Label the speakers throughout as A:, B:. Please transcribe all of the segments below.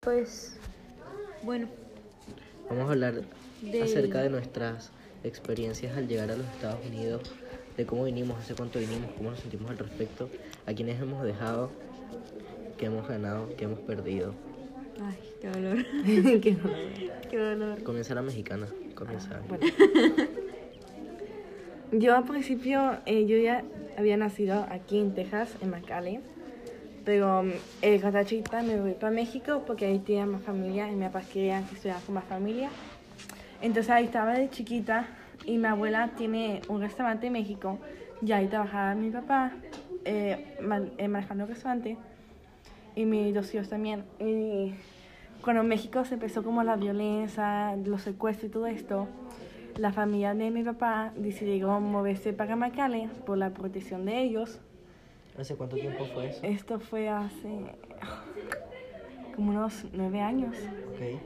A: Pues bueno,
B: Vamos a hablar
A: De-
B: acerca de nuestras experiencias al llegar a los Estados Unidos, de cómo vinimos, hace cuánto vinimos, cómo nos sentimos al respecto, a quienes hemos dejado, qué hemos ganado, qué hemos perdido.
A: ay, qué dolor.
C: Qué horror.
A: qué dolor.
B: Comienza la mexicana, comienza.
A: Ah,
C: Bueno. Yo al principio, eh, yo ya había nacido aquí en Texas, en McAllen, pero mm, eh, cuando era chiquita me voy para México porque ahí tenía más familia y mi papá quería que estudiara con más familia. Entonces ahí estaba de chiquita y mi abuela tiene un restaurante en México y ahí trabajaba mi papá eh, man- eh, manejando el restaurante y mis dos hijos también. Y cuando en México se empezó como la violencia, los secuestros y todo esto, la familia de mi papá decidió moverse para Macale por la protección de ellos.
B: ¿Hace cuánto tiempo fue eso?
C: Esto fue hace como unos nueve años.
A: Eh.
B: Ok.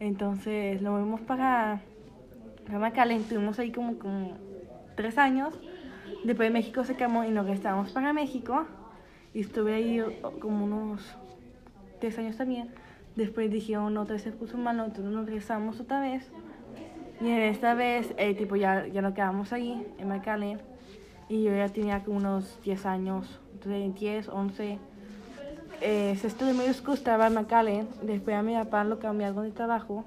C: Entonces lo movimos para, para McAllen, estuvimos ahí como, como tres años. Después de México se camó y nos regresamos para México. Y estuve ahí o- como unos tres años también. Después dijeron otra vez se puso malo, entonces nos regresamos otra vez. Y en esta vez, eh, tipo, ya, ya nos quedamos ahí, en McAllen. Y yo ya tenía como unos 10 años, entonces 10, 11. Eh, sexto de medio school estaba en McAllen. Después a mi papá lo cambiaron de trabajo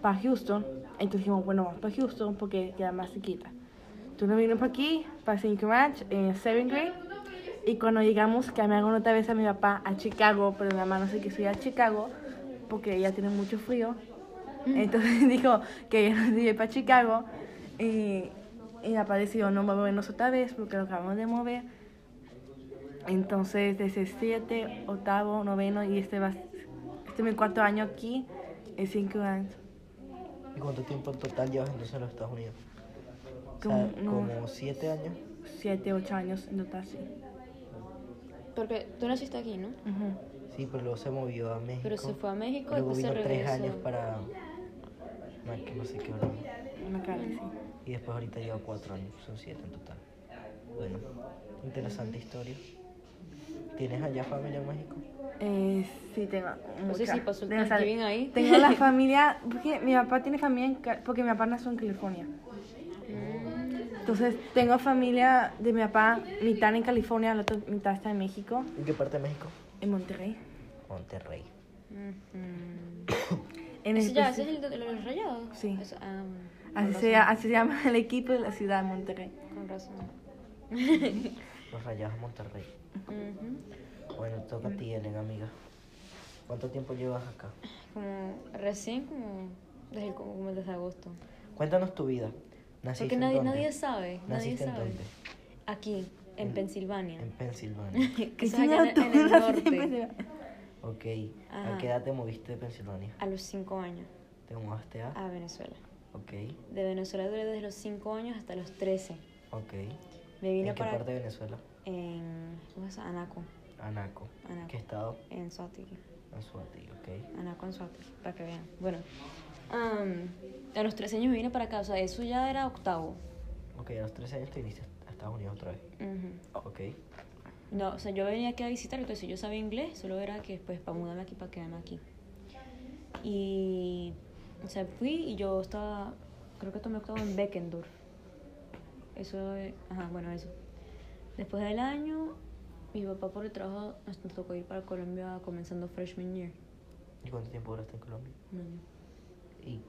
C: para Houston. Entonces dijimos, bueno, vamos para Houston porque queda más cerquita. Entonces nos vinimos para aquí, para St. Ranch, en 7 grade. Y cuando llegamos, cambiaron otra vez a mi papá a Chicago, pero mi mamá no se quiso ir a Chicago porque ella tiene mucho frío. Entonces dijo que ella nos iba para Chicago. Y, y mi papá decidió no movernos otra vez porque lo acabamos de mover. Entonces, desde 7, octavo, noveno y este va este es mi cuarto año aquí, es 5 años.
B: ¿Y cuánto tiempo en total llevas entonces en los Estados Unidos? O sea,
C: Como, no,
B: como siete años.
C: 7, 8 años en total, sí.
A: Porque tú naciste aquí, ¿no?
C: Ujú.
B: Sí, pero luego se movió a México.
A: Pero se fue a México,
B: Luego
A: después se
B: vino tres
A: regresó.
B: años para. No, que no sé qué broma.
C: Me cae, sí.
B: Y después ahorita lleva cuatro años, son siete en total. Bueno, interesante historia. ¿Tienes allá familia en México?
C: Eh, sí, tengo.
A: No sé
C: mucha.
A: si pasó el
C: Tengo, o sea,
A: Thanksgiving pues, ahí.
C: Tengo la familia, porque mi papá tiene familia, en Ca- porque mi papá nació en California. Entonces, tengo familia de mi papá, mitad en California, la otra mitad está en México,
B: ¿En qué parte de México?
C: en Monterrey.
B: Monterrey. Mm.
A: Ujú.
C: En
A: Mm. Ese ya, ese
C: especi-
A: es el de los rayados.
C: Sí.
A: Eso, ah, bueno, con
C: Así
A: razón,
C: se, así se llama el equipo de la ciudad de Monterrey.
A: Con razón.
B: Los rayados Monterrey.
A: Ujú.
B: Bueno, toca a ti, Elena, amiga. ¿Cuánto tiempo llevas acá?
A: Como recién, como desde, como, como desde agosto.
B: Cuéntanos tu vida. ¿Naciste
A: Porque
B: en
A: nadie,
B: dónde?
A: nadie sabe. Nadie
B: ¿Naciste en
A: sabe.
B: dónde?
A: Aquí, en
B: En-
A: Pensilvania.
B: En Pensilvania.
A: que
C: Y
A: es
C: señora,
A: allá en,
C: tú
A: en el
C: naciste en
A: norte.
C: Pensilvania.
B: Ah. ok.
A: Ajá.
B: ¿A qué edad te moviste de Pensilvania?
A: A los cinco años,
B: ¿Te mudaste a?
A: a Venezuela.
B: Ok.
A: De Venezuela duré desde los 5 años hasta los 13.
B: Ok.
A: Me vine
B: ¿En qué
A: para
B: parte de Venezuela?
A: en ¿cómo es? Anaco,
B: Anaco.
A: Anaco.
B: ¿Qué estado?
A: en Suátegui.
B: En Suárez, ok.
A: Anaco en Suátegui, para que vean. Bueno, am, a los 13 años me vine para acá, o sea, eso ya era octavo.
B: Ok, a los 13 años te viniste a Estados Unidos otra vez.
A: Ujú.
B: Ok.
A: No, o sea, yo venía aquí a visitar, entonces yo sabía inglés, solo era que después para mudarme aquí, para quedarme aquí. Y, o sea, fui y yo estaba, creo que tomé octavo en Beckendorf. Eso, es- ajá, bueno, eso. Después del año, mi papá por el trabajo nos nos tocó ir para Colombia comenzando freshman year.
B: ¿Y cuánto tiempo duraste en Colombia?
A: Un año.
B: Y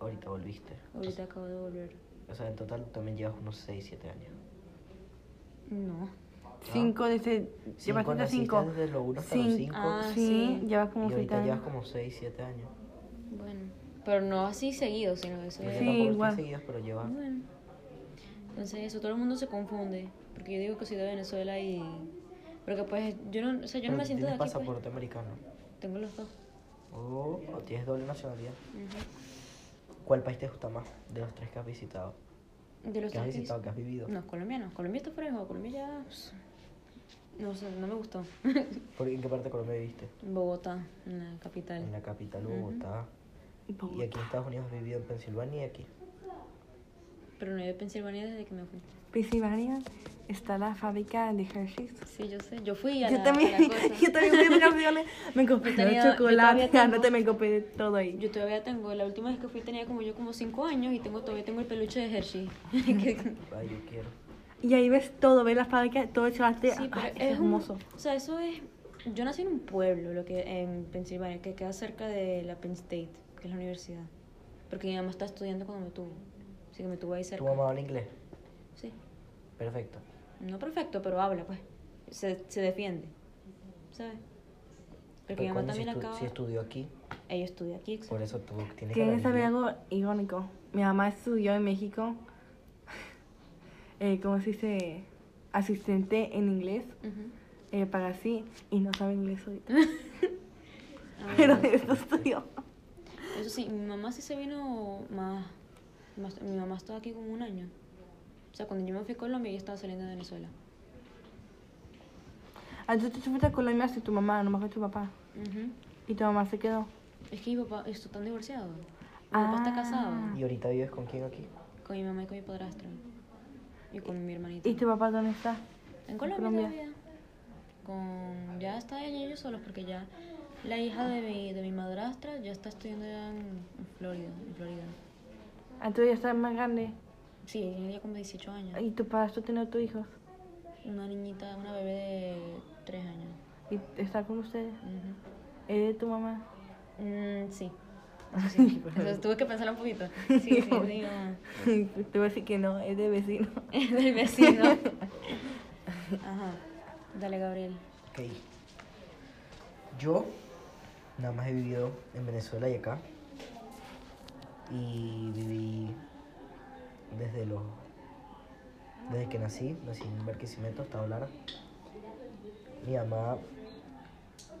B: ahorita volviste.
A: Ahorita acabo de volver.
B: O sea, en total también llevas unos 6, 7 años.
A: No.
C: Cinco desde. Llevas
B: Cinco,
C: hasta cinco.
B: naciste desde lo uno hasta los cinco.
A: Ah,
C: sí,
A: sí.
C: llevas como
B: Y ahorita
C: frita.
B: llevas como 6, 7 años.
A: Bueno, pero no así seguido, sino eso
B: Yo
A: es-
C: Sí,
B: tampoco estoy
C: igual.
B: seguidas, pero llevas...
A: Bueno. Entonces eso, todo el mundo se confunde. Porque yo digo que soy de Venezuela y... Pero que pues yo no, o sea, yo
B: Pero
A: no me
B: tú
A: siento de
B: tienes
A: aquí. pues.
B: pasaporte americano.
A: Tengo los dos.
B: Oh, o tienes doble nacionalidad.
A: Ujú.
B: ¿Cuál país te gusta más de los tres que has visitado?
A: De los
B: ¿Qué has
A: tres que
B: visitado? ¿Qué has vivido?
A: No, Colombia no. Colombia está fuera de juego. Colombia ya... pues, No sé, no me gustó.
B: ¿Por- ¿En qué parte de Colombia viviste?
A: Bogotá, en la capital.
B: En la capital,
A: Ujú.
B: Bogotá. Y aquí en Estados Unidos has vivido en Pensilvania y aquí.
A: Pero no he ido a Pensilvania desde que me fui.
C: Pensilvania Pues está la fábrica de Hershey's.
A: Sí, yo sé. Yo fui a
C: Yo
A: la,
C: también,
A: a la cosa.
C: yo también fui de vacaciones, me compré
A: Yo tenía- yo
C: chocolate,
A: todavía tengo-
C: antes me compré todo ahí.
A: Yo todavía tengo, la última vez que fui tenía como yo como 5 años y tengo todavía tengo el peluche de Hershey. Que-
B: Ay, yo quiero.
C: Y ahí ves todo, ves la fábrica, todo el chocolate,
A: Sí, pero
C: ay,
A: es un-
C: es este hermoso.
A: o sea, eso es. Yo nací en un pueblo lo que en Pensilvania que queda cerca de la Penn State, que es la universidad. Porque mi mamá está estudiando cuando me tuvo. Así que me tuvo ahí cerca.
B: ¿Tu mamá habla inglés?
A: Sí.
B: Perfecto.
A: No perfecto, pero habla, pues. Se, se defiende. ¿Sabes? Porque mi
B: Pero
A: mamá
B: coño, si,
A: también
B: estu-
A: acaba.
B: si estudió aquí,
A: Ella estudia aquí. exacto.
B: por eso tú tienes que
C: Tienen que
B: hablar
C: saber
B: inglés.
C: algo irónico. Mi mamá estudió en México, eh, ¿cómo se dice? Asistente en inglés,
A: Ujú.
C: eh, para así, y no sabe inglés ahorita.
A: Ah,
C: Pero eso estudió.
A: Eso sí, mi mamá sí se vino más, más- Mi mamá estaba aquí como un año. O sea, cuando yo me fui a Colombia, ella estaba saliendo de Venezuela.
C: Ah, tú te fuiste a Colombia sin tu mamá, nomás con tu papá.
A: Ujú.
C: Y tu mamá se quedó.
A: Es que mi papá, esto, están divorciados. Mi papá está
C: Ah.
A: casado
B: ¿Y ahorita vives con quién aquí?
A: con mi mamá y con mi padrastro. Y con mi hermanita.
C: ¿Y tu papá dónde está?
A: En Colombia,
C: Colombia?
A: todavía. Con, ya está ella y ellos solos porque ya la hija de mi, de mi madrastra ya está estudiando ya en, en Florida, en Florida.
C: Ah, tú ya estás más grande.
A: Sí, ella tiene ya como 18 años.
C: Y tu papá tú tiene otros hijos.
A: Una niñita, una bebé de 3 años.
C: Y está con ustedes.
A: Ujú.
C: ¿Es de tu mamá?
A: Mm, sí. Eso sí. Eso tuve que pensarlo un poquito. Sí, sí, es de mi mamá.
C: Te voy a decir que no, es de vecino.
A: Es del vecino. Ajá. Dale, Gabriel.
B: Ok. Yo nada más he vivido en Venezuela y acá. Y viví desde los. Desde que nací, nací en Barquisimeto hasta Lara. Mi mamá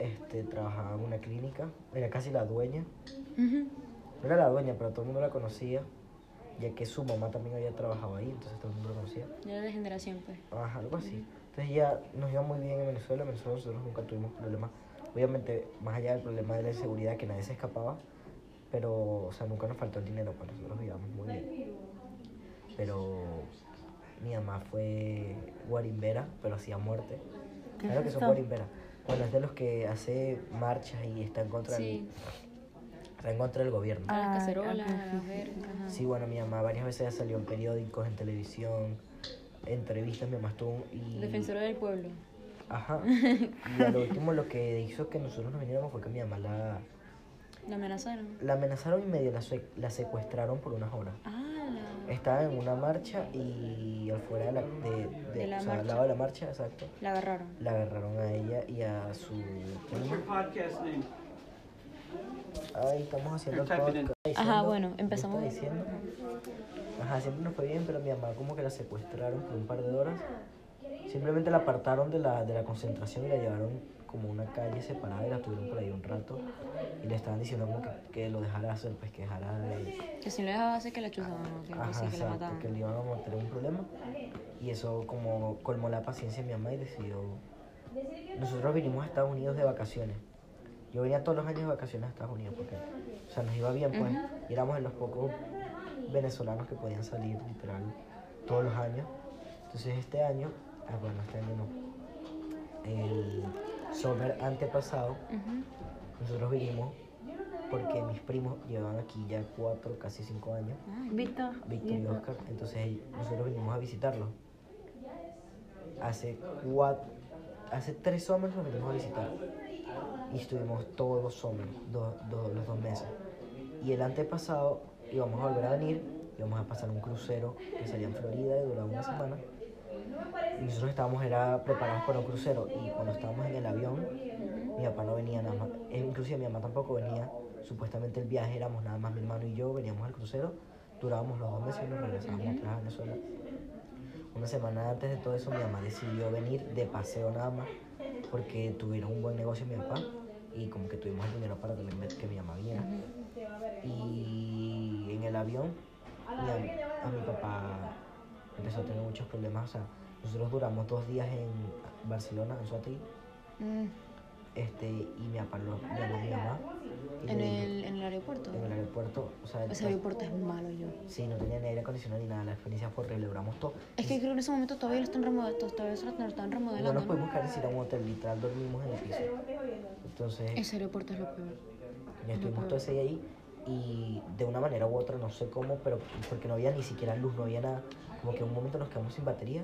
B: este, trabajaba en una clínica, era casi la dueña. No era la dueña, pero todo el mundo la conocía, ya que su mamá también había trabajado ahí, entonces todo el mundo la conocía.
A: Yo era de generación, pues.
B: Ajá, algo así. Entonces ya nos iba muy bien en Venezuela. En Venezuela nosotros nunca tuvimos problemas. Obviamente, más allá del problema de la inseguridad, que nadie se escapaba. Pero, o sea, nunca nos faltó el dinero, pues nosotros vivíamos muy bien. Pero mi mamá fue guarimbera, pero hacía muerte.
C: ¿Qué
B: Claro
C: es
B: que son
C: esto?
B: guarimberas. Bueno, es de los que hace marchas y está en contra,
A: Sí.
B: del, está en contra del gobierno.
A: A
C: Ah,
A: las cacerolas,
C: ok, sí,
A: a las vergas. ajá.
B: Sí, bueno, mi mamá varias veces ya salió en periódicos, en televisión, entrevistas, mi mamá estuvo y...
A: Defensora del pueblo.
B: Ajá. Y a lo último lo que hizo que nosotros nos viniéramos fue que mi mamá la,
A: La amenazaron.
B: la amenazaron y medio la, sue- la secuestraron por unas horas.
A: Ah, la,
B: Estaba en una marcha y afuera de la, de, de-
A: De la
B: o sea, al
A: marcha.
B: lado de la marcha, exacto,
A: la agarraron.
B: la agarraron a ella y a su
D: What's
B: primo.
D: your podcast name?
B: Ay, estamos haciendo el
D: Type it
B: podcast.
D: in.
B: Está
A: Ajá,
B: diciendo-
A: bueno,
B: ¿qué
A: empezamos.
B: está diciendo? Ajá, siempre nos fue bien, pero mi mamá como que la secuestraron por un par de horas. Simplemente la apartaron de la, de la concentración y la llevaron como a una calle separada y la tuvieron por ahí un rato. Y le estaban diciendo como que, que lo dejara hacer, pues que dejara de...
A: Que si no dejaba hacer que la chuzaban, ¿no? que, algo así,
B: Ajá,
A: que la
B: exacto,
A: mataban.
B: que le iban a meter un problema. Y eso como colmó la paciencia de mi mamá y decidió... Nosotros vinimos a Estados Unidos de vacaciones. Yo venía todos los años de vacaciones a Estados Unidos porque... O sea, nos iba bien pues. Y éramos de los pocos venezolanos que podían salir literal todos los años. Entonces este año... Ah, bueno, este año no. El summer antepasado
A: Ujú.
B: nosotros vinimos porque mis primos llevan aquí ya cuatro, casi cinco años.
A: Ay,
C: Víctor.
B: Víctor y Oscar, entonces ell- nosotros vinimos a visitarlos. Hace cuatro, hace tres summers los vinimos a visitar. Y estuvimos todos los summers, do- do- los dos meses. Y el antepasado íbamos a volver a venir, íbamos a pasar un crucero que salía en Florida y duraba una semana. Y nosotros estábamos era, preparados para un crucero y cuando estábamos en el avión, mi papá no venía nada más, e inclusive mi mamá tampoco venía. Supuestamente el viaje éramos nada más mi hermano y yo, veníamos al crucero, durábamos los dos meses y nos regresábamos atrás a Venezuela. Una semana antes de todo eso, mi mamá decidió venir de paseo nada más porque tuvieron un buen negocio mi papá y como que tuvimos el dinero para que mi, que mi mamá viniera. Y en el avión, mi am- a, mi papá empezó a tener muchos problemas. O sea, nosotros duramos dos días en Barcelona, en Anzoátegui,
A: mm,
B: este, y mi papá lo llamó a mi mamá. y le
A: En
B: dijo-
A: el, en el aeropuerto.
B: en el aeropuerto, o sea,
A: Ese aeropuerto es malo yo.
B: sí, no tenía ni aire acondicionado ni nada, la experiencia fue horrible, logramos todo.
A: Es que creo que en ese momento todavía lo están remodelando, todavía se lo lo están
B: No
A: remodelando.
B: nos
A: ¿no?
B: pudimos quedar sin un hotel, literal dormimos en el piso. Entonces,
A: Ese aeropuerto es lo peor.
B: ya estuvimos todo ese día ahí y de una manera u otra, no sé cómo, pero porque no había ni siquiera luz, no había nada, como que en un momento nos quedamos sin batería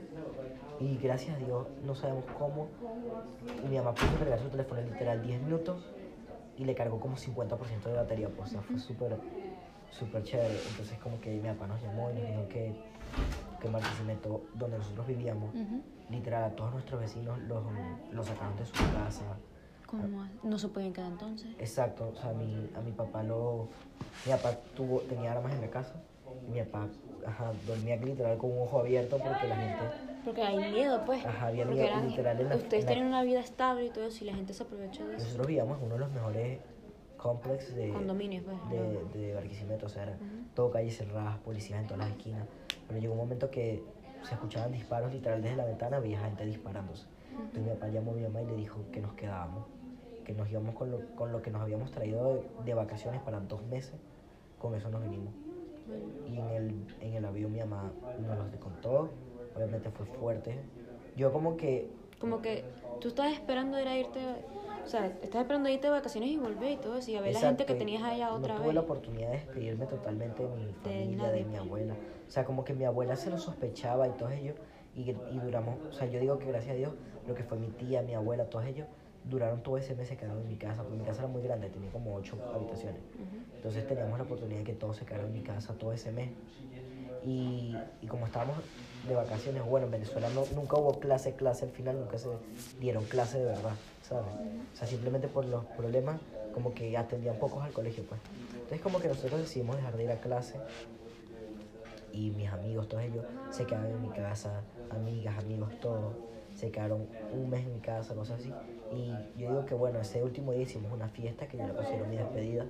B: y gracias a Dios no sabemos cómo. Y mi mamá pudo cargar su teléfono en literal 10 minutos y le cargó como 50% de batería, pues, o sea, fue súper, súper chévere. Entonces como que mi papá nos llamó y nos dijo que, que Barquisimeto, donde nosotros vivíamos,
A: Ujú.
B: literal a todos nuestros vecinos los, los sacaron de su casa.
A: ¿Cómo
B: Ah.
A: hace? No se podían quedar entonces.
B: Exacto, o sea, mi, a mi papá lo. Mi papá tuvo, tenía armas en la casa. Y mi papá ajá, dormía literal con un ojo abierto porque la gente.
A: Porque hay miedo, pues.
B: Ajá, había
A: Porque
B: miedo, literal, en la-
A: ustedes
B: en la-
A: tienen una vida estable y todo eso y la gente se aprovecha de eso.
B: Nosotros vivíamos en uno de los mejores complexes de.
A: Condominios, pues.
B: De, de Barquisimeto, o sea, era todo calles cerradas, policías en todas las esquinas. Pero llegó un momento que se escuchaban disparos literal desde la ventana, había gente disparándose. Entonces mi papá llamó a mi mamá y le dijo que nos quedábamos, que nos íbamos con lo, con lo que nos habíamos traído de, de vacaciones para dos meses, con eso nos vinimos. Y en el, en el avión mi mamá nos los contó, obviamente fue fuerte. Yo como que,
A: Como que tú estabas esperando era irte, o sea, estás esperando irte de vacaciones y volver y todo eso, y a ver la gente que
B: exacto,
A: tenías allá otra
B: no tuve
A: vez.
B: la oportunidad de despedirme totalmente de mi familia, de
A: nadie. pues.
B: mi abuela. O sea, como que mi abuela se lo sospechaba y todos ellos, y, y duramos, o sea, yo digo que gracias a Dios, lo que fue mi tía, mi abuela, todos ellos, duraron todo ese mes se quedaron en mi casa, porque mi casa era muy grande, tenía como ocho habitaciones. Entonces teníamos la oportunidad de que todos se quedaron en mi casa todo ese mes. Y, y como estábamos de vacaciones, bueno, en Venezuela no, nunca hubo clase, clase al final, nunca se dieron clase de verdad, ¿sabes? O sea, simplemente por los problemas, como que atendían pocos al colegio, pues. Entonces como que nosotros decidimos dejar de ir a clase y mis amigos, todos ellos, se quedaron en mi casa, amigas, amigos, todos, se quedaron un mes en mi casa, cosas así. Y yo digo que bueno, ese último día hicimos una fiesta que yo la considero mi despedida,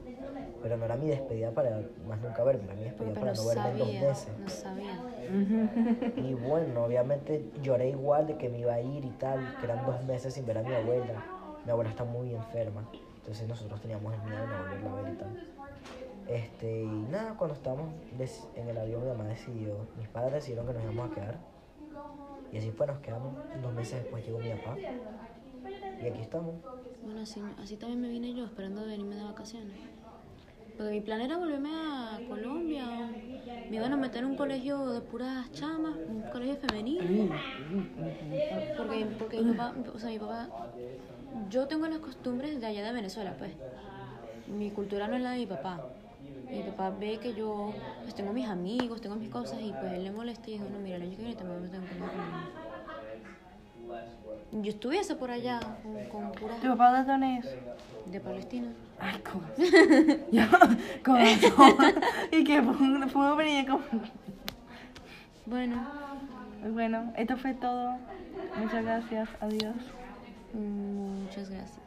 B: pero no era mi despedida para más nunca verme, era mi
A: Porque
B: despedida para
A: pues, no
B: no verme en dos
A: sabía,
B: meses.
A: no sabía.
B: Y bueno, obviamente lloré igual de que me iba a ir y tal, que eran dos meses sin ver a mi abuela. Mi abuela está muy enferma, entonces nosotros teníamos el miedo de no volverla a ver y tal. Este, y nada, cuando estábamos des- en el avión, mi mamá decidió, mis padres decidieron que nos íbamos a quedar. Y así fue, nos quedamos. Dos meses después llegó mi papá. Y aquí estamos.
A: Bueno, así, así también me vine yo esperando de venirme de vacaciones. Porque mi plan era volverme a Colombia. o- Me iban a meter en un colegio de puras chamas, un colegio femenino. Porque, porque mi papá, o sea, mi papá, yo tengo las costumbres de allá de Venezuela, pues. Mi cultura no es la de mi papá. Mi papá ve que yo pues, tengo mis amigos, tengo mis cosas y pues él le molesta y dijo, no, mira, el año que viene también me tengo que ir Yo estuviese por allá con, con puras
C: ¿Tu papá de dónde es?
A: de Palestina.
C: Ay, ¿cómo? Yo, con razón. Y que pudo pudo venir como...
A: Bueno,
C: Bueno, esto fue todo. Muchas gracias. Adiós.
A: muchas gracias.